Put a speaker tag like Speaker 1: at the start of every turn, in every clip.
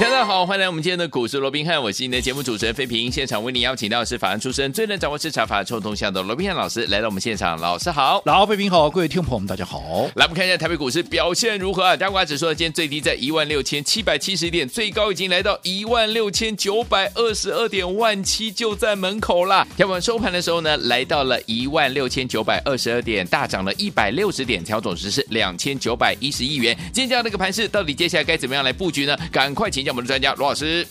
Speaker 1: 大家好，欢迎来我们今天的股市罗宾汉，我是你的节目主持人费平。现场为你邀请到的是法案出身、最能掌握市场法案臭动向的罗宾汉老师来到我们现场，老师好。
Speaker 2: 老费平好，各位听众朋友们，大家好。
Speaker 1: 来，我们看一下台北股市表现如何啊？加权指数呢，今天最低在一万六千七百七十点，最高已经来到一万六千九百二十二点，万七就在门口啦。要不然收盘的时候呢，来到了一万六千九百二十二点，大涨了一百六十点，调总值是两千九百一十亿元。今天这样的一个盘势，到底接下来该怎么样来布局呢？赶快请教我们的专家罗老师。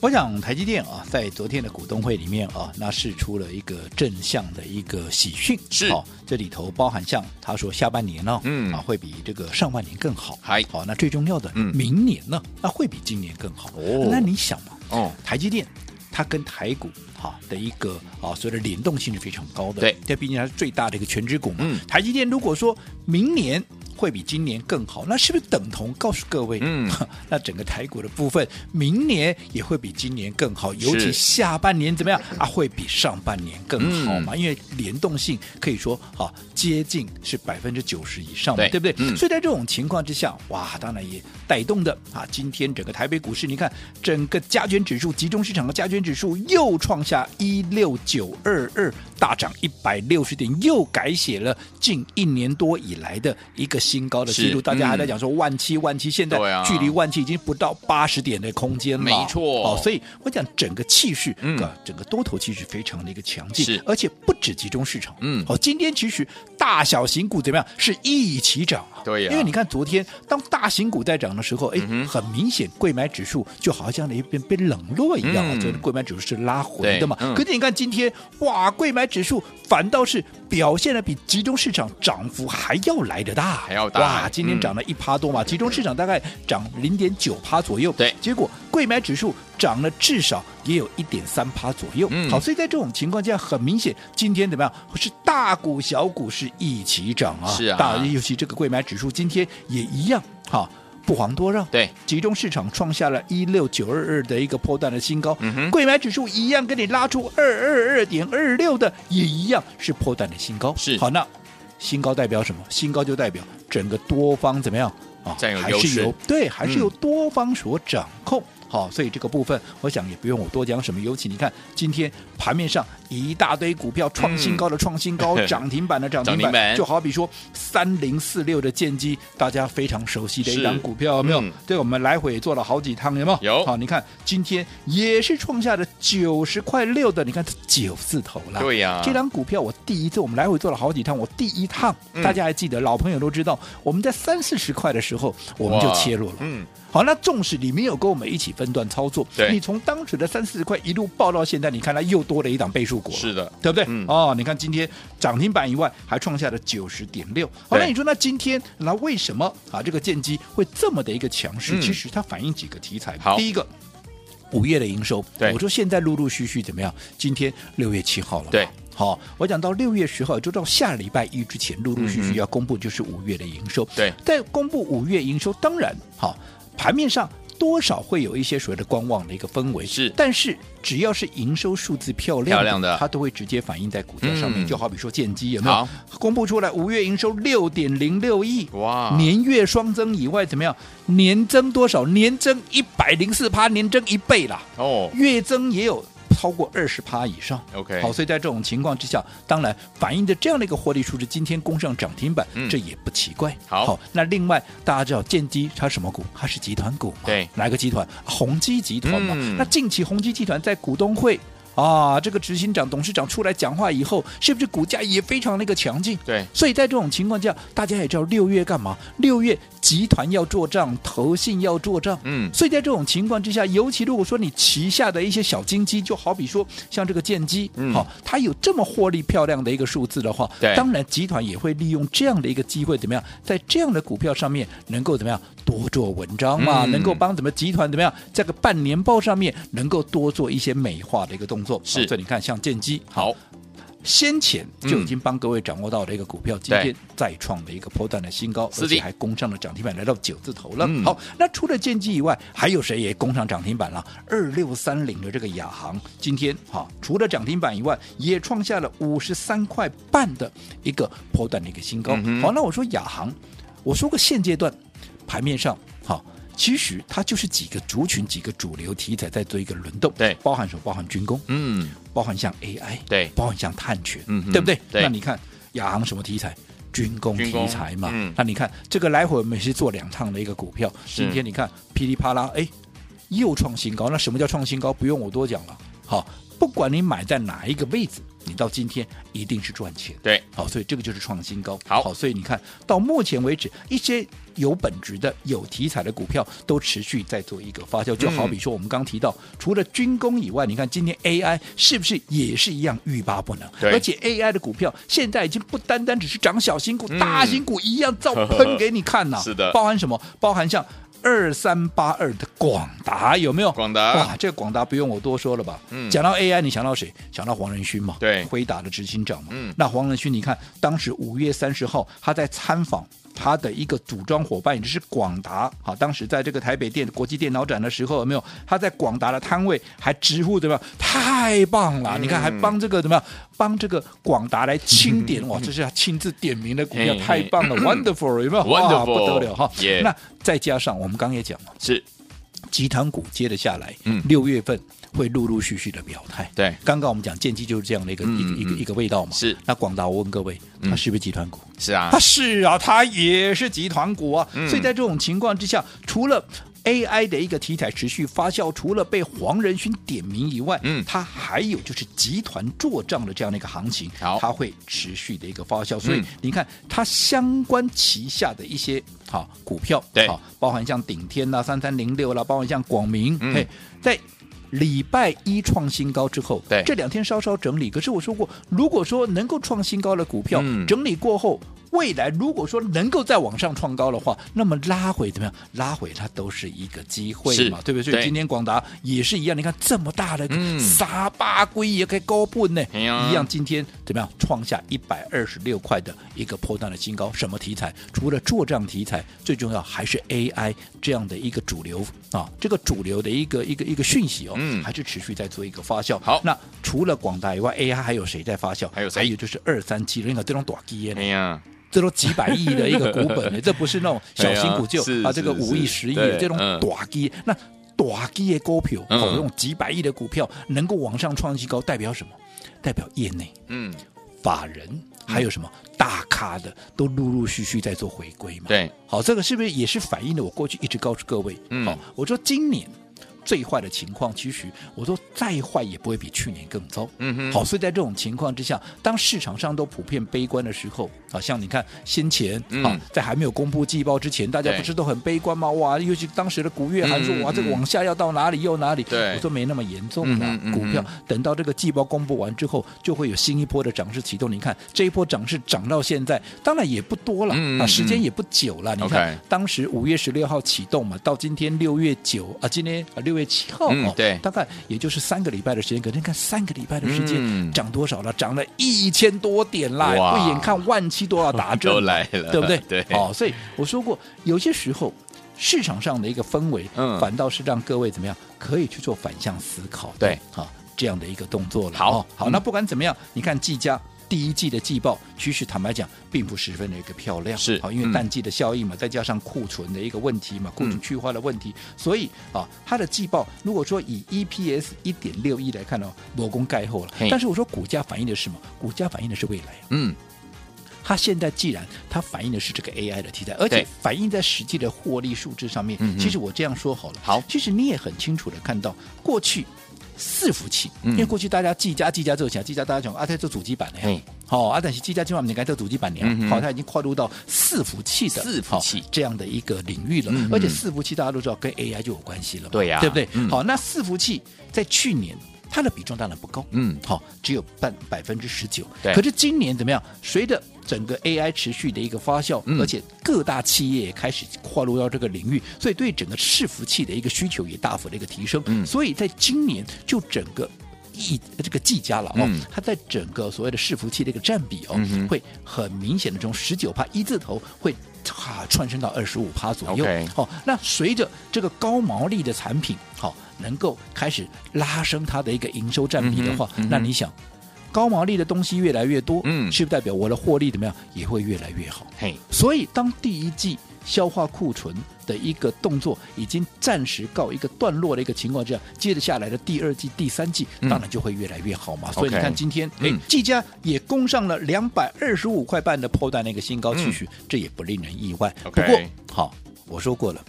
Speaker 2: 我想台积电啊，在昨天的股东会里面啊，那是出了一个正向的一个喜讯，
Speaker 1: 是
Speaker 2: 好、这里头包含像他说下半年呢、
Speaker 1: 嗯
Speaker 2: 啊，会比这个上半年更好，
Speaker 1: 嗨
Speaker 2: 好、那最重要的，
Speaker 1: 嗯
Speaker 2: 明年呢，那会比今年更好。
Speaker 1: 哦
Speaker 2: 那你想嘛，
Speaker 1: 哦，
Speaker 2: 台积电它跟台股哈、的一个啊，所谓的联动性是非常高的。
Speaker 1: 对
Speaker 2: 这毕竟它是最大的一个全职股嘛。
Speaker 1: 嗯
Speaker 2: 台积电如果说明年会比今年更好，那是不是等同告诉各位，
Speaker 1: 嗯，
Speaker 2: 那整个台股的部分明年也会比今年更好，尤
Speaker 1: 是
Speaker 2: 其下半年怎么样啊，会比上半年更好
Speaker 1: 嗯
Speaker 2: 嘛？因为联动性可以说哈、啊接近是百分之九十以上嘛，
Speaker 1: 对
Speaker 2: 对不对？
Speaker 1: 嗯
Speaker 2: 所以在这种情况之下，哇，当然也带动的啊，今天整个台北股市，你看整个加权指数、集中市场的加权指数又创下一六九二二，大涨一百六十点，又改写了近一年多以来的一个新高的记
Speaker 1: 是
Speaker 2: 录。大家还
Speaker 1: 嗯
Speaker 2: 在讲说万七万七，现在
Speaker 1: 对啊
Speaker 2: 距离万七已经不到八十点的空间了，
Speaker 1: 没错
Speaker 2: 哦，所以我讲整个气势，
Speaker 1: 嗯
Speaker 2: 啊，整个多头气势非常的一个强劲
Speaker 1: 是，
Speaker 2: 而且不止集中市场，
Speaker 1: 嗯
Speaker 2: 哦，今天其实大小型股怎么样是一起涨啊，
Speaker 1: 对呀嗯
Speaker 2: 因为你看昨天当大型股在涨的时候，哎，很明显贵买指数就好像一边被冷落一样啊，
Speaker 1: 嗯
Speaker 2: 昨天贵买指数是拉回的嘛
Speaker 1: 对嗯，
Speaker 2: 可是你看今天哇，贵买指数反倒是表现的比集中市场涨幅还要来得大，
Speaker 1: 还要大
Speaker 2: 哇，今天
Speaker 1: 嗯
Speaker 2: 涨了一趴多嘛，集中市场大概涨零点九趴左右，
Speaker 1: 对
Speaker 2: 结果贵买指数涨了至少也有一点三趴左右。
Speaker 1: 嗯
Speaker 2: 好，所以在这种情况下，很明显，今天怎么样？是大股小股是一起涨啊，
Speaker 1: 是啊
Speaker 2: 大尤其这个贵买指数今天也一样，哈、不遑多让，
Speaker 1: 对，
Speaker 2: 集中市场创下了一六九二二的一个波段的新高，
Speaker 1: 嗯哼
Speaker 2: 贵买指数一样跟你拉出二二二点二六的，也一样是波段的新高。
Speaker 1: 是
Speaker 2: 好，那新高代表什么？新高就代表整个多方怎么样啊？
Speaker 1: 占有
Speaker 2: 还
Speaker 1: 优势
Speaker 2: 是由对，还是
Speaker 1: 嗯
Speaker 2: 由多方所掌控。好，所以这个部分，我想也不用我多讲什么。尤其你看，今天盘面上一大堆股票创新高的创 新高，涨停板的涨
Speaker 1: 涨
Speaker 2: 停
Speaker 1: 停板
Speaker 2: 板，就好比说三零四六的剑机，大家非常熟悉的一档
Speaker 1: 是
Speaker 2: 股票，有没有？
Speaker 1: 嗯
Speaker 2: 对，我们来回也做了好几趟，有没有？
Speaker 1: 有
Speaker 2: 好，你看今天也是创下了九十块六的，你看九字头了。
Speaker 1: 对啊呀、
Speaker 2: 这张股票我第一次，我们来回做了好几趟。我第一趟，
Speaker 1: 嗯
Speaker 2: 大家还记得，老朋友都知道，我们在三四十块的时候，我们就
Speaker 1: 哇
Speaker 2: 切入了。
Speaker 1: 嗯，
Speaker 2: 好，那纵使你没有跟我们一起分段操作，
Speaker 1: 对
Speaker 2: 你从当时的三四十块一路报到现在，你看它又多了一档倍数股了，
Speaker 1: 是的，
Speaker 2: 对不对？
Speaker 1: 嗯
Speaker 2: 哦，你看今天涨停板以外还创下了九十点六。好，
Speaker 1: 对
Speaker 2: 那你说那今天那为什么啊这个剑机会这么的一个强势？
Speaker 1: 嗯
Speaker 2: 其实它反映几个题材，
Speaker 1: 好
Speaker 2: 第一个。五月的营收，
Speaker 1: 对
Speaker 2: 我说现在陆陆续续怎么样？今天六月七号了嘛，
Speaker 1: 对
Speaker 2: 好、我讲到六月十号，就到下礼拜一之前，陆陆续
Speaker 1: 嗯哼
Speaker 2: 续要公布就是五月的营收。
Speaker 1: 对，
Speaker 2: 在公布五月营收，当然好，盘面上多少会有一些所谓的观望的一个氛围，
Speaker 1: 是
Speaker 2: 但是只要是营收数字漂亮
Speaker 1: 漂亮的
Speaker 2: 它都会直接反映在股价上面。
Speaker 1: 嗯
Speaker 2: 就好比说建机有没有
Speaker 1: 好
Speaker 2: 公布出来五月营收六点零六亿，
Speaker 1: 哇
Speaker 2: 年月双增以外怎么样？年增多少？年增一百零四趴，年增一倍啦。
Speaker 1: 哦，
Speaker 2: 月增也有超过二十趴以上。
Speaker 1: OK
Speaker 2: 好，所以在这种情况之下，当然反映着这样的一个获利数值，今天攻上涨停板，
Speaker 1: 嗯
Speaker 2: 这也不奇怪。
Speaker 1: 好
Speaker 2: 那另外大家知道建机它什么股？它是集团股嘛？
Speaker 1: 对
Speaker 2: 哪个集团？宏基集团嘛。
Speaker 1: 嗯
Speaker 2: 那近期宏基集团在股东会。啊，这个执行长、董事长出来讲话以后，是不是股价也非常那个强劲？
Speaker 1: 对，
Speaker 2: 所以在这种情况下，大家也知道六月干嘛？六月集团要做账，投信要做账，
Speaker 1: 嗯
Speaker 2: 所以在这种情况之下，尤其如果说你旗下的一些小金鸡，就好比说像这个剑鸡，好、
Speaker 1: 嗯
Speaker 2: 它有这么获利漂亮的一个数字的话
Speaker 1: 对，
Speaker 2: 当然集团也会利用这样的一个机会，怎么样，在这样的股票上面能够怎么样多做文章嘛，
Speaker 1: 嗯
Speaker 2: 能够帮怎么集团怎么样，在个半年报上面能够多做一些美化的一个动作。
Speaker 1: 是
Speaker 2: 哦所以你看像剑鸡
Speaker 1: 好，
Speaker 2: 先前就已
Speaker 1: 嗯
Speaker 2: 经帮各位掌握到了一个股票，今天再创了一个波段的新高，
Speaker 1: 是的
Speaker 2: 而且还攻上了涨停板，来到九字头了。
Speaker 1: 嗯
Speaker 2: 好，那除了建机以外，还有谁也攻上涨停板了？二六三零的这个亚航，今天哈、除了涨停板以外，也创下了五十三块半的一个波段的一个新高。
Speaker 1: 嗯哼
Speaker 2: 好，那我说亚航，我说过现阶段盘面上哈。其实它就是几个族群、几个主流题材在做一个轮动，
Speaker 1: 对
Speaker 2: 包含什么？包含军工，
Speaker 1: 嗯，
Speaker 2: 包含像 AI，
Speaker 1: 对
Speaker 2: 包含像碳权，
Speaker 1: 嗯哼
Speaker 2: 对不对？
Speaker 1: 对
Speaker 2: 那你看亚航什么题材？军工
Speaker 1: 军
Speaker 2: 题
Speaker 1: 工
Speaker 2: 材嘛，
Speaker 1: 嗯
Speaker 2: 那你看这个来回我们也是做两趟的一个股票，
Speaker 1: 是
Speaker 2: 今天你看噼里啪啦，哎，又创新高。那什么叫创新高？不用我多讲了。好，不管你买在哪一个位置，你到今天一定是赚钱。
Speaker 1: 对，
Speaker 2: 好，所以这个就是创新高。
Speaker 1: 好
Speaker 2: 所以你看到目前为止，一些有本质的、有题材的股票都持续在做一个发酵。就好
Speaker 1: 嗯
Speaker 2: 比说我们刚提到，除了军工以外，你看今天 AI 是不是也是一样欲罢不能？
Speaker 1: 对
Speaker 2: 而且 AI 的股票现在已经不单单只是涨小型股、
Speaker 1: 嗯
Speaker 2: 大型股一样照喷给你看呐、
Speaker 1: 是的
Speaker 2: 包含什么？包含像。二三八二的广达有没有？
Speaker 1: 广达
Speaker 2: 哇，这个广达不用我多说了吧？
Speaker 1: 嗯
Speaker 2: 讲到 AI，你想到谁？想到黄仁勋嘛？
Speaker 1: 对
Speaker 2: 辉达的执行长嘛。
Speaker 1: 嗯
Speaker 2: 那黄仁勋，你看当时五月三十号，他在参访。他的一个组装伙伴，也就是广达，好，当时在这个台北电国际电脑展的时候，有没有？他在广达的摊位还直呼怎么样？太棒了！你看，
Speaker 1: 嗯
Speaker 2: 还帮这个怎么样？帮这个广达来清 点，哇，这是他亲自点名的股票
Speaker 1: 嘿，嘿
Speaker 2: 太棒了，wonderful，有没有？哇
Speaker 1: Wonderful，
Speaker 2: 不得了哈
Speaker 1: yeah！
Speaker 2: 那再加上我们刚刚也讲了，
Speaker 1: 是
Speaker 2: 集团股接了下来
Speaker 1: 嗯，
Speaker 2: 六月份会陆陆续续的表态。
Speaker 1: 对
Speaker 2: 刚刚我们讲建机就是这样的一个
Speaker 1: 嗯
Speaker 2: 一个一个
Speaker 1: 嗯
Speaker 2: 一个味道嘛。
Speaker 1: 是嗯
Speaker 2: 那广达，我问各位，它是不是集团股？
Speaker 1: 是啊
Speaker 2: 它，是啊，它也是集团股啊。
Speaker 1: 嗯
Speaker 2: 所以在这种情况之下，除了 AI 的一个题材持续发酵，除了被黄仁勋点名以外，
Speaker 1: 嗯
Speaker 2: 它还有就是集团做账的这样的一个行情，
Speaker 1: 好
Speaker 2: 它会持续的一个发酵。所以
Speaker 1: 嗯
Speaker 2: 你看，它相关旗下的一些好、股票，
Speaker 1: 对
Speaker 2: 好、包含像顶天啦、三三零六啦，包含像广明，
Speaker 1: 嗯
Speaker 2: 嘿，在。礼拜一创新高之后，
Speaker 1: 对
Speaker 2: 这两天稍稍整理。可是我说过，如果说能够创新高的股票，
Speaker 1: 嗯
Speaker 2: 整理过后，未来如果说能够再往上创高的话，那么拉回怎么样？拉回它都是一个机会
Speaker 1: 是
Speaker 2: 嘛，对不对？所
Speaker 1: 对
Speaker 2: 以今天广达也是一样，你看这么大的
Speaker 1: 嗯
Speaker 2: 沙巴龟也可以高本呢，
Speaker 1: 哎呀
Speaker 2: 一样今天怎么样创下一百二十六块的一个波段的新高？什么题材？除了做账题材，最重要还是 AI 这样的一个主流啊，这个主流的一个一个一个讯息哦，
Speaker 1: 嗯
Speaker 2: 还是持续在做一个发酵。
Speaker 1: 好
Speaker 2: 那除了广达以外，AI 还有谁在发酵？
Speaker 1: 还有谁
Speaker 2: 有就是二三七零个这种短基耶呢
Speaker 1: 哎。呀，
Speaker 2: 这都几百亿的一个股 本呢，这不是那种小型股
Speaker 1: 哎
Speaker 2: 就
Speaker 1: 呀是
Speaker 2: 啊，这个
Speaker 1: 是
Speaker 2: 五亿、
Speaker 1: 是
Speaker 2: 十亿
Speaker 1: 对
Speaker 2: 这种
Speaker 1: 嗯
Speaker 2: 短基那。短基的股票，
Speaker 1: 嗯
Speaker 2: 哦，这种几百亿的股票能够往上创新高，代表什么？代表业内
Speaker 1: 嗯，
Speaker 2: 法人还有什么大咖的都陆陆续续在做回归嘛？，
Speaker 1: 对，
Speaker 2: 好，这个是不是也是反映了我过去一直告诉各位？
Speaker 1: 嗯
Speaker 2: 好，我说今年最坏的情况，其实我说再坏也不会比去年更糟。
Speaker 1: 嗯哼，
Speaker 2: 好，所以在这种情况之下，当市场上都普遍悲观的时候，啊，像你看先前
Speaker 1: 嗯
Speaker 2: 啊，在还没有公布季报之前，大家
Speaker 1: 对
Speaker 2: 不是都很悲观吗？哇，尤其当时的古月还说
Speaker 1: 嗯，
Speaker 2: 哇，这
Speaker 1: 嗯
Speaker 2: 个往下要到哪里又哪里。
Speaker 1: 对
Speaker 2: 我说没那么严重
Speaker 1: 嗯
Speaker 2: 啦
Speaker 1: 哼嗯，
Speaker 2: 股票
Speaker 1: 哼
Speaker 2: 等到这个季报公布完之后，就会有新一波的涨势启动。你看这一波涨势涨到现在，当然也不多了
Speaker 1: 嗯嗯
Speaker 2: 啊，
Speaker 1: 嗯
Speaker 2: 时间也不久了。你
Speaker 1: OK
Speaker 2: 看当时五月十六号启动嘛，到今天六月九啊，今天啊六月七号
Speaker 1: 嗯
Speaker 2: 哦，
Speaker 1: 对
Speaker 2: 大概也就是三个礼拜的时间。可是你看三个礼拜的时间，
Speaker 1: 嗯
Speaker 2: 涨多少了？涨了一千多点啦！
Speaker 1: 哇
Speaker 2: 不眼看万七都要打针，
Speaker 1: 都来了
Speaker 2: 对不对？
Speaker 1: 对
Speaker 2: 哦，所以我说过，有些时候市场上的一个氛围，
Speaker 1: 嗯
Speaker 2: 反倒是让各位怎么样，可以去做反向思考，
Speaker 1: 对，
Speaker 2: 好、这样的一个动作了。
Speaker 1: 好
Speaker 2: 哦好，
Speaker 1: 嗯
Speaker 2: 那不管怎么样，你看技嘉。第一季的季报，其实坦白讲，并不十分的一个漂亮，
Speaker 1: 是
Speaker 2: 好，
Speaker 1: 嗯
Speaker 2: 因为淡季的效应嘛，再加上库存的一个问题嘛，库存去化的问题，所以啊，它的季报如果说以 EPS 一点六亿来看哦，魔功盖后了
Speaker 1: 嘿，
Speaker 2: 但是我说股价反映的是什么？股价反映的是未来啊。
Speaker 1: 嗯，
Speaker 2: 它现在既然它反映的是这个 AI 的题材，而
Speaker 1: 对
Speaker 2: 且反映在实际的获利数字上面
Speaker 1: 嗯嗯，
Speaker 2: 其实我这样说好了。
Speaker 1: 好
Speaker 2: 其实你也很清楚的看到过去。伺服器，
Speaker 1: 嗯
Speaker 2: 因为过去大家技嘉、技嘉做起来，技嘉大家讲啊，在做主机板的
Speaker 1: 嘿
Speaker 2: 呀，好啊，但是技嘉今晚你该做主机板的呀
Speaker 1: 嗯哼，
Speaker 2: 好，它已经跨入到伺服器的
Speaker 1: 伺服器
Speaker 2: 好这样的一个领域了
Speaker 1: 嗯嗯，
Speaker 2: 而且伺服器大家都知道跟 AI 就有关系了嘛，
Speaker 1: 对呀
Speaker 2: 对不对
Speaker 1: 嗯？
Speaker 2: 好，那伺服器在去年它的比重当然不高，
Speaker 1: 嗯
Speaker 2: 好，只有半百分之十九，
Speaker 1: 对
Speaker 2: 可是今年怎么样？随着整个 AI 持续的一个发酵，
Speaker 1: 嗯
Speaker 2: 而且各大企业也开始跨入到这个领域，所以对整个伺服器的一个需求也大幅的一个提升。
Speaker 1: 嗯
Speaker 2: 所以在今年就整个。一这个技嘉了哦，
Speaker 1: 嗯
Speaker 2: 它在整个所谓的伺服器的一个占比哦，
Speaker 1: 嗯哼
Speaker 2: 会很明显的从十九趴一字头会。啊，窜升到二十五趴左右。
Speaker 1: OK
Speaker 2: 哦，那随着这个高毛利的产品，好、能够开始拉升它的一个营收占比的话，
Speaker 1: 嗯哼嗯哼
Speaker 2: 那你想，高毛利的东西越来越多，
Speaker 1: 嗯
Speaker 2: 是不是代表我的获利怎么样也会越来越好？
Speaker 1: 嘿，
Speaker 2: 所以，当第一季消化库存的一个动作已经暂时告一个段落的一个情况之下，接着下来的第二季、第三季
Speaker 1: 嗯
Speaker 2: 当然就会越来越好嘛。所以
Speaker 1: OK
Speaker 2: 你看今天，哎、
Speaker 1: 嗯
Speaker 2: 技嘉也攻上了两百二十五块半的破蛋那个新高继续，这也不令人意外。
Speaker 1: 嗯 OK
Speaker 2: 不过，好，我说过了。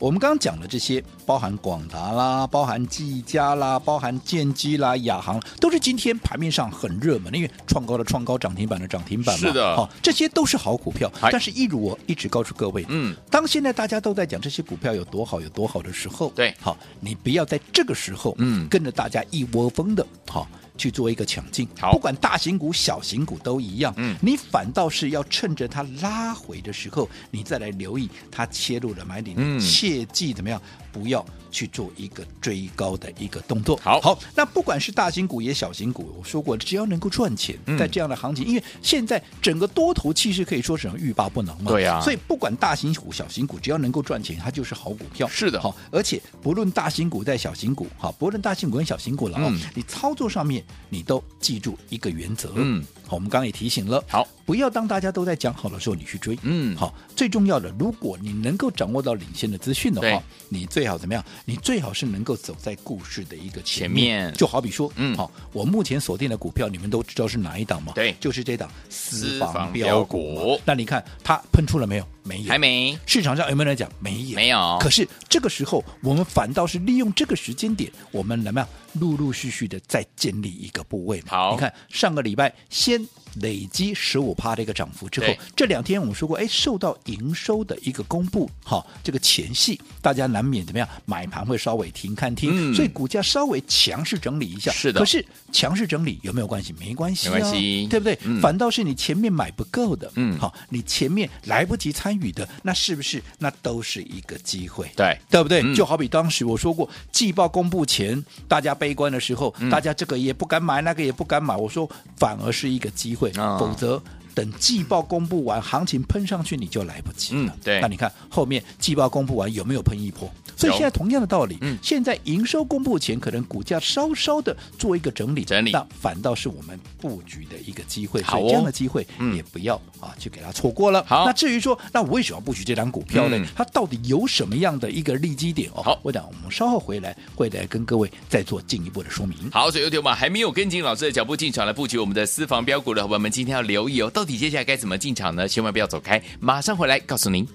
Speaker 2: 我们刚刚讲的这些，包含广达啦，包含技嘉啦，包含建机啦、亚航，都是今天盘面上很热门的，因为创高的创高，涨停板的涨停板嘛。
Speaker 1: 是的
Speaker 2: 好、哦这些都是好股票
Speaker 1: 哎。
Speaker 2: 但是，一如我一直告诉各位，
Speaker 1: 嗯，
Speaker 2: 当现在大家都在讲这些股票有多好、有多好的时候，
Speaker 1: 对
Speaker 2: 好，你不要在这个时候，
Speaker 1: 嗯
Speaker 2: 跟着大家一窝蜂的，好。去做一个抢进，
Speaker 1: 好
Speaker 2: 不管大型股、小型股都一样。
Speaker 1: 嗯
Speaker 2: 你反倒是要趁着它拉回的时候，你再来留意它切入的买点，
Speaker 1: 嗯
Speaker 2: 切记怎么样，不要去做一个追高的一个动作。
Speaker 1: 好
Speaker 2: 好，那不管是大型股也小型股，我说过，只要能够赚钱，
Speaker 1: 嗯
Speaker 2: 在这样的行情，因为现在整个多头气势可以说是欲罢不能嘛。
Speaker 1: 对呀
Speaker 2: 所以不管大型股、小型股，只要能够赚钱，它就是好股票。
Speaker 1: 是的
Speaker 2: 好，而且不论大型股在小型股，好，不论大型股跟小型股了哦，
Speaker 1: 嗯
Speaker 2: 你操作上面你都记住一个原则。
Speaker 1: 嗯，
Speaker 2: 好，我们刚刚也提醒了，
Speaker 1: 好，
Speaker 2: 不要当大家都在讲好的时候你去追。
Speaker 1: 嗯
Speaker 2: 好，最重要的，如果你能够掌握到领先的资讯的
Speaker 1: 对
Speaker 2: 话，你最好怎么样？你最好是能够走在故事的一个前面。
Speaker 1: 前面
Speaker 2: 就好比说，
Speaker 1: 嗯
Speaker 2: 好，我目前锁定的股票，你们都知道是哪一档吗？
Speaker 1: 对
Speaker 2: 就是这档
Speaker 1: 私
Speaker 2: 私
Speaker 1: 房
Speaker 2: 房
Speaker 1: 标
Speaker 2: 标股嘛。
Speaker 1: 股
Speaker 2: 那你看它喷出了没有？没有，
Speaker 1: 还。没，
Speaker 2: 市场上有没有人讲？没有，
Speaker 1: 没有
Speaker 2: 可是这个时候，我们反倒是利用这个时间点，我们怎么样？陆陆续续的再建立一个部位嘛。
Speaker 1: 好
Speaker 2: 你看上个礼拜先累积十五趴的一个涨幅之后
Speaker 1: 对，
Speaker 2: 这两天我们说过，哎，受到营收的一个公布，好、这个前戏，大家难免怎么样？买盘会稍微停看听，
Speaker 1: 嗯
Speaker 2: 所以股价稍微强势整理一下。
Speaker 1: 是的
Speaker 2: 可是强势整理有没有关系？没关系、啊，
Speaker 1: 没关系
Speaker 2: 对不对？
Speaker 1: 嗯
Speaker 2: 反反倒是你前面买不够的，
Speaker 1: 嗯
Speaker 2: 好，你前面来不及参与的，那是不是那都是一个机会？
Speaker 1: 对
Speaker 2: 对不对？
Speaker 1: 嗯
Speaker 2: 就好比当时我说过，季报公布前，大家悲观的时候，
Speaker 1: 嗯
Speaker 2: 大家这个也不敢买，那个也不敢买，我说反而是一个机会，
Speaker 1: 啊
Speaker 2: 否则。等季报公布完，行情喷上去你就来不及了。
Speaker 1: 嗯对
Speaker 2: 那你看后面季报公布完有没有喷一波？所以
Speaker 1: 有
Speaker 2: 现在同样的道理，
Speaker 1: 嗯
Speaker 2: 现在营收公布前可能股价稍稍的做一个整理，
Speaker 1: 整理
Speaker 2: 那反倒是我们布局的一个机会。
Speaker 1: 好哦
Speaker 2: 所以这样的机会
Speaker 1: 嗯
Speaker 2: 也不要、啊，去给它错过了。
Speaker 1: 好
Speaker 2: 那至于说，那我为什么要布局这张股票呢？
Speaker 1: 嗯
Speaker 2: 它到底有什么样的一个利基点哦？
Speaker 1: 好
Speaker 2: 我讲我们稍后回来会来跟各位再做进一步的说明。
Speaker 1: 好，所以有听友们还没有跟紧老师的脚步进场来布局我们的私房标股的伙伴们，今天要留意哦，到底接下来该怎么进场呢？千万不要走开，马上回来告诉您。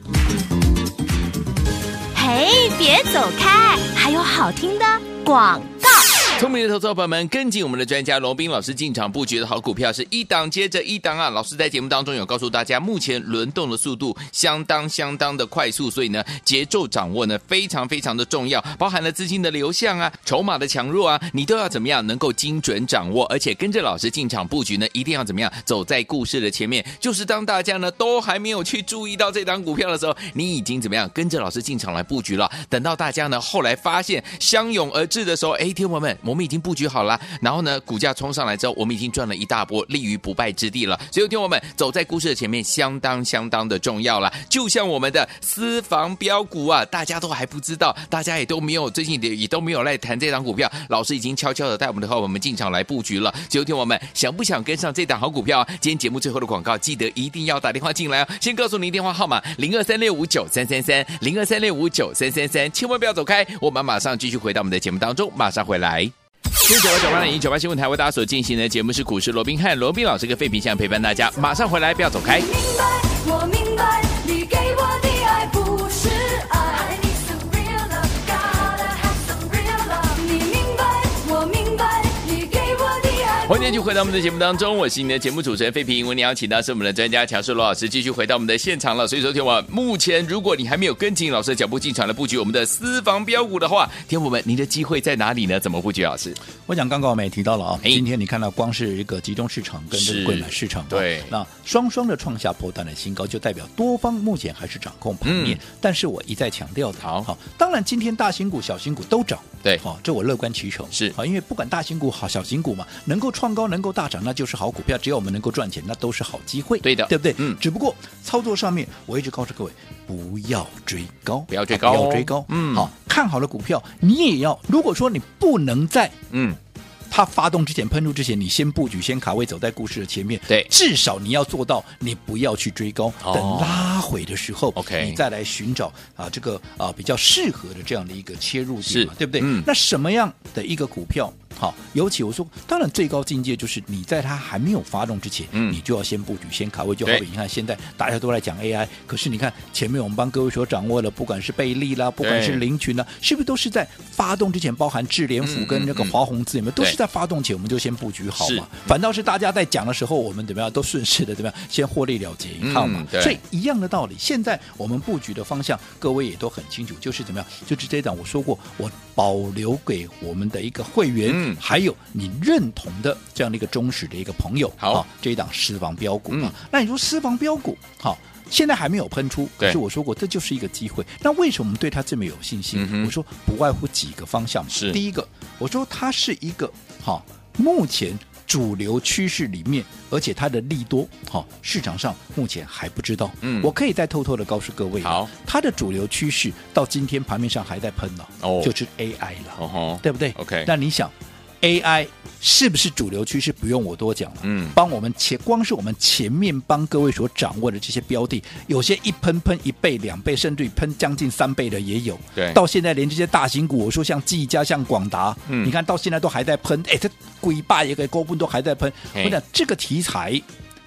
Speaker 3: 嘿，别走开，还有好听的广告。
Speaker 1: 聪明的投资者朋友们，跟紧我们的专家罗斌老师进场布局的好股票是一档接着一档啊！老师在节目当中有告诉大家，目前轮动的速度相当相当的快速，所以呢，节奏掌握呢非常非常的重要，包含了资金的流向啊、筹码的强弱啊，你都要怎么样能够精准掌握，而且跟着老师进场布局呢，一定要怎么样走在故事的前面，就是当大家呢都还没有去注意到这档股票的时候，你已经怎么样跟着老师进场来布局了。等到大家呢后来发现相拥而至的时候，哎，天友们，我们已经布局好了，然后呢股价冲上来之后，我们已经赚了一大波，立于不败之地了。所以，天友们走在故事的前面，相当相当的重要了。就像我们的私房标股啊，大家都还不知道，大家也都没有最近也也都没有来谈这档股票，老师已经悄悄的带我们的伙伴们进场来布局了。所以，天友们想不想跟上这档好股票啊？今天节目最后的广告，记得一定要打电话进来哦。先告诉您电话号码零二三六五九三三三零二三六五九三三三，千万不要走开，我们马上继续回到我们的节目当中，马上回来。九九八九八零九八新闻台为大家所进行的节目是股市罗宾汉，罗宾老师跟费平相陪伴大家，马上回来，不要走开。
Speaker 4: 明白，我明白，你给我的爱不是爱。I need some real love, gotta have some real love。你明白，我明白，你给我的爱
Speaker 1: 欢迎继续回到我们的节目当中，我是你的节目主持人费平。我们邀请到是我们的专家乔世罗老师，继续回到我们的现场了。所以说，天我目前如果你还没有跟紧老师的脚步进场来布局我们的私房标股的话，天我们您的机会在哪里呢？怎么布局，老师？
Speaker 2: 我想刚刚我们也提到了啊，
Speaker 1: 哎
Speaker 2: 今天你看到光是一个集中市场跟这
Speaker 1: 是
Speaker 2: 个贵买市场啊，
Speaker 1: 对
Speaker 2: 那双双的创下波段的新高，就代表多方目前还是掌控盘面。
Speaker 1: 嗯
Speaker 2: 但是我一再强调的，
Speaker 1: 好
Speaker 2: 当然今天大型股、小型股都涨，
Speaker 1: 对
Speaker 2: 好、这我乐观其成，
Speaker 1: 是
Speaker 2: 好、因为不管大型股好、小型股嘛，能够创高、能够大涨，那就是好股票；只要我们能够赚钱，那都是好机会，
Speaker 1: 对的
Speaker 2: 对不对？
Speaker 1: 嗯
Speaker 2: 只不过操作上面，我一直告诉各位，不要追高，
Speaker 1: 不要追高哦
Speaker 2: 不要追高，
Speaker 1: 嗯
Speaker 2: 好，看好了股票，你也要，如果说你不能在
Speaker 1: 嗯，
Speaker 2: 它发动之前、喷出之前，你先布局、先卡位，走在故事的前面。
Speaker 1: 对
Speaker 2: 至少你要做到，你不要去追高，
Speaker 1: 哦
Speaker 2: 等拉回的时候
Speaker 1: OK
Speaker 2: 你再来寻找啊这个啊比较适合的这样的一个切入
Speaker 1: 是
Speaker 2: 点嘛，对不对？
Speaker 1: 嗯
Speaker 2: 那什么样的一个股票？好，尤其我说，当然最高境界就是你在它还没有发动之前，
Speaker 1: 嗯
Speaker 2: 你就要先布局、先卡位。就好
Speaker 1: 对
Speaker 2: 比你看现在大家都在讲 AI，可是你看前面我们帮各位所掌握的，不管是贝利啦，不管
Speaker 1: 对
Speaker 2: 是林群啦，是不是都是在发动之前，包含智联
Speaker 1: 嗯
Speaker 2: 府跟那个
Speaker 1: 嗯嗯
Speaker 2: 华宏资有没有都
Speaker 1: 对
Speaker 2: 是在发动前我们就先布局好
Speaker 1: 是
Speaker 2: 嘛？反倒是大家在讲的时候，我们怎么样都顺势的怎么样先获利了结一趟嘛
Speaker 1: 嗯？对
Speaker 2: 所以一样的道理，现在我们布局的方向，各位也都很清楚，就是怎么样，就是这一档我说过，我保留给我们的一个会员，
Speaker 1: 嗯
Speaker 2: 还有你认同的这样的一个忠实的一个朋友，
Speaker 1: 好嗯
Speaker 2: 这一档私房标股嘛。那你说私房标股好？现在还没有喷出，
Speaker 1: 对
Speaker 2: 可是我说过这就是一个机会。那为什么我们对它这么有信心？
Speaker 1: 嗯哼
Speaker 2: 我说不外乎几个方向嘛。
Speaker 1: 是
Speaker 2: 第一个，我说它是一个好、目前主流趋势里面，而且它的利多好、市场上目前还不知道。
Speaker 1: 嗯
Speaker 2: 我可以再偷偷的告诉各位，
Speaker 1: 好，
Speaker 2: 它的主流趋势到今天盘面上还在喷呢，
Speaker 1: 哦
Speaker 2: 就是 AI 了，
Speaker 1: 哦吼，
Speaker 2: 对不对
Speaker 1: OK
Speaker 2: 那你想，AI 是不是主流趋势？不用我多讲了。
Speaker 1: 嗯
Speaker 2: 帮我们前光是我们前面帮各位所掌握的这些标的，有些一喷喷一倍、两倍，甚至于喷将近三倍的也有。
Speaker 1: 对
Speaker 2: 到现在连这些大型股，我说像技嘉、像广达，
Speaker 1: 嗯
Speaker 2: 你看到现在都还在喷，哎，这鬼霸也给高分都还在喷。
Speaker 1: 嘿
Speaker 2: 我讲这个题材。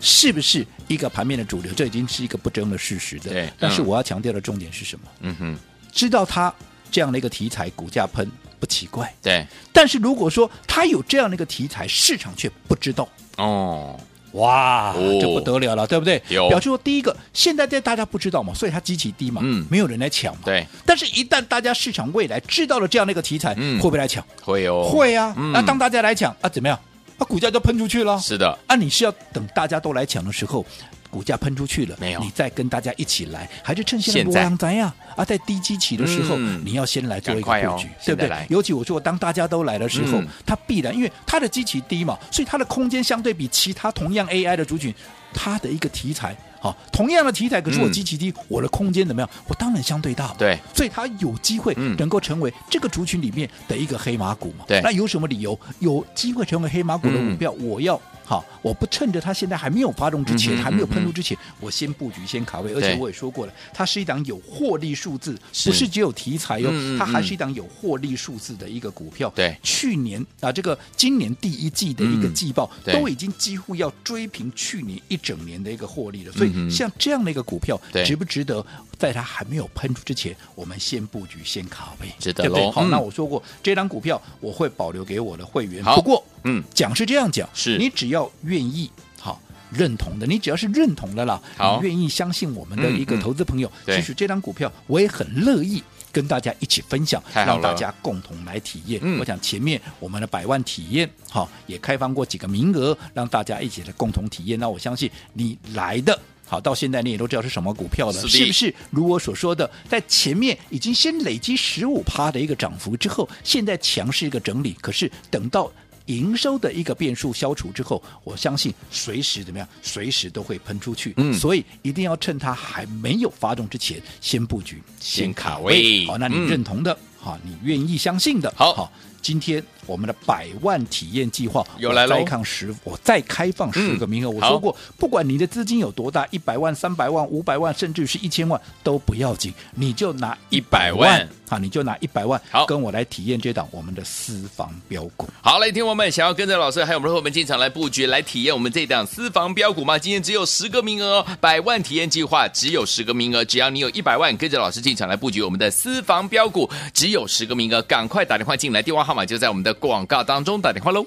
Speaker 2: 是不是一个盘面的主流？这已经是一个不争的事实的。
Speaker 1: 对
Speaker 2: 但是
Speaker 1: 嗯
Speaker 2: 我要强调的重点是什么？
Speaker 1: 嗯哼，
Speaker 2: 知道它这样的一个题材，股价喷不奇怪。
Speaker 1: 对，
Speaker 2: 但是如果说它有这样的一个题材，市场却不知道，
Speaker 1: 哦，
Speaker 2: 哇，
Speaker 1: 哦
Speaker 2: 这不得了了，对不对？
Speaker 1: 有
Speaker 2: 表示说，第一个，现在在大家不知道嘛，所以它基期低嘛，
Speaker 1: 嗯
Speaker 2: 没有人来抢嘛。
Speaker 1: 对。
Speaker 2: 但是，一旦大家市场未来知道了这样的一个题材，
Speaker 1: 嗯
Speaker 2: 会不会来抢？
Speaker 1: 会哦，
Speaker 2: 会啊。
Speaker 1: 嗯
Speaker 2: 那当大家来抢啊，怎么样？啊，股价就喷出去了。
Speaker 1: 是的，
Speaker 2: 啊，你是要等大家都来抢的时候，股价喷出去了，
Speaker 1: 没有
Speaker 2: 你再跟大家一起来，还是趁现
Speaker 1: 现
Speaker 2: 在
Speaker 1: 在
Speaker 2: 波浪灾啊啊，在低基期的时候，
Speaker 1: 嗯
Speaker 2: 你要先来做一个
Speaker 1: 赶快哦
Speaker 2: 布局，对不
Speaker 1: 现在来
Speaker 2: 对？尤其我说，当大家都来的时候，
Speaker 1: 嗯
Speaker 2: 它必然因为它的基期低嘛，所以它的空间相对比其他同样 AI 的族群，它的一个题材。好，同样的题材，可是我
Speaker 1: 嗯
Speaker 2: 基期低，我的空间怎么样？我当然相对大嘛，
Speaker 1: 对，
Speaker 2: 所以它有机会
Speaker 1: 嗯
Speaker 2: 能够成为这个族群里面的一个黑马股嘛。
Speaker 1: 对
Speaker 2: 那有什么理由有机会成为黑马股的股票，我要好，我不趁着它现在还没有发动之前，
Speaker 1: 嗯哼
Speaker 2: 还没有
Speaker 1: 嗯
Speaker 2: 喷
Speaker 1: 哼
Speaker 2: 出之前，我先布局，先卡位。而
Speaker 1: 对
Speaker 2: 且我也说过了，它是一档有获利数字，
Speaker 1: 是
Speaker 2: 不是只有题材哟、哦
Speaker 1: 嗯嗯嗯
Speaker 2: 它还是一档有获利数字的一个股票。
Speaker 1: 对
Speaker 2: 去年啊，这个今年第一季的一个
Speaker 1: 嗯
Speaker 2: 季报、
Speaker 1: 对
Speaker 2: 都已经几乎要追平去年一整年的一个获利了。
Speaker 1: 嗯
Speaker 2: 所
Speaker 1: 哼
Speaker 2: 以像这样的一个股票，
Speaker 1: 对
Speaker 2: 值不值得在它还没有喷出之前，我们先布局，先卡位？
Speaker 1: 值得
Speaker 2: 对不对？
Speaker 1: 咯
Speaker 2: 好，
Speaker 1: 嗯
Speaker 2: 那我说过，这张股票我会保留给我的会员。
Speaker 1: 好
Speaker 2: 不过，
Speaker 1: 嗯，
Speaker 2: 讲是这样讲，
Speaker 1: 是
Speaker 2: 你只要愿意好认同的，你只要是认同的啦，
Speaker 1: 好
Speaker 2: 你愿意相信我们的一个
Speaker 1: 嗯嗯
Speaker 2: 投资朋友，
Speaker 1: 对
Speaker 2: 其实这张股票我也很乐意。跟大家一起分享，
Speaker 1: 太好了
Speaker 2: 让大家共同来体验。
Speaker 1: 嗯
Speaker 2: 我想前面我们的百万体验，好、也开放过几个名额，让大家一起来共同体验。那我相信你来的，好到现在你也都知道是什么股票了，
Speaker 1: 是的
Speaker 2: 是不是？如我所说的，在前面已经先累积十五趴的一个涨幅之后，现在强势一个整理，可是等到。营收的一个变数消除之后，我相信随时怎么样，随时都会喷出去。
Speaker 1: 嗯
Speaker 2: 所以一定要趁它还没有发动之前，先布局，
Speaker 1: 先卡位
Speaker 2: 好，那你
Speaker 1: 嗯
Speaker 2: 认同的，好，你愿意相信的，
Speaker 1: 好
Speaker 2: 今天我们的百万体验计划
Speaker 1: 又来喽
Speaker 2: 我再看十，我再开放十个名额。
Speaker 1: 嗯
Speaker 2: 我
Speaker 1: 好
Speaker 2: 说过，不管你的资金有多大，一百万、三百万、五百万，甚至是一千万都不要紧，你就拿
Speaker 1: 100万
Speaker 2: 万啊，你就拿一百万，
Speaker 1: 好
Speaker 2: 跟我来体验这档我们的私房标股。
Speaker 1: 好，来，听我们想要跟着老师还有我们的伙伴们进场来布局，来体验我们这档私房标股吗？今天只有十个名额哦，百万体验计划只有十个名额，只要你有一百万，跟着老师进场来布局我们的私房标股，只有十个名额，赶快打电话进来，电话号码就在我们的广告当中，打电话喽。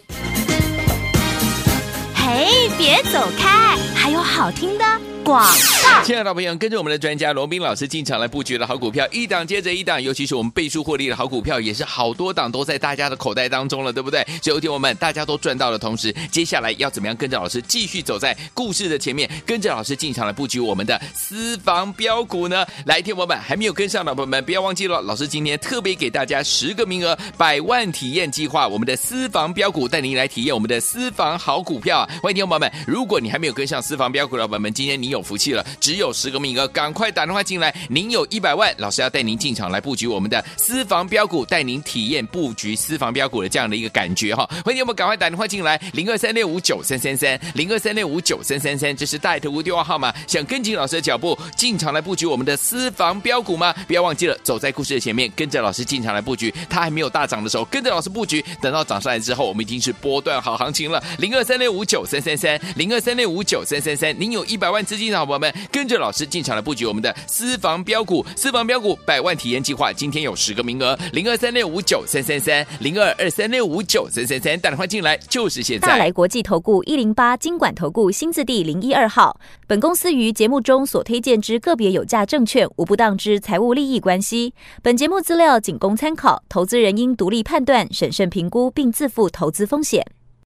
Speaker 5: 嘿，别走开，还有好听的广告。
Speaker 1: 亲爱的朋友，跟着我们的专家罗斌老师进场来布局的好股票，一档接着一档，尤其是我们倍数获利的好股票，也是好多档都在大家的口袋当中了，对不对？所以，有天我们大家都赚到的同时，接下来要怎么样跟着老师继续走在故事的前面，跟着老师进场来布局我们的私房标股呢？来，天我们还没有跟上的朋友们，不要忘记了，老师今天特别给大家十个名额百万体验计划，我们的私房标股带您来体验我们的私房好股票啊！欢迎听众朋友们，如果你还没有跟上私房标股的朋友们，今天你有福气了，只有十个名额，赶快打电话进来。您有一百万，老师要带您进场来布局我们的私房标股，带您体验布局私房标股的这样的一个感觉哈。欢迎我们赶快打电话进来，零二三六五九三三三，零二三六五九三三三，这是带头屋电话号码。想跟紧老师的脚步，进场来布局我们的私房标股吗？不要忘记了，走在故事的前面，跟着老师进场来布局。它还没有大涨的时候，跟着老师布局，等到涨上来之后，我们已经是波段好行情了。零二三六五九三三三，零二三六五九三三三，您有一百万资金的好朋友们，跟着老师进场来布局我们的私房标股，私房标股百万体验计划，今天有十个名额，零二三六五九三三三，零二二三六五九三三三，打电话进来就是现
Speaker 6: 大
Speaker 1: 在。
Speaker 6: 来国际投顾一零八金管投顾新字第零一二号。本公司于节目中所推荐之个别有价证券，无不当之财务利益关系。本节目资料仅供参考，投资人应独立判断、审慎评估，并自负投资风险。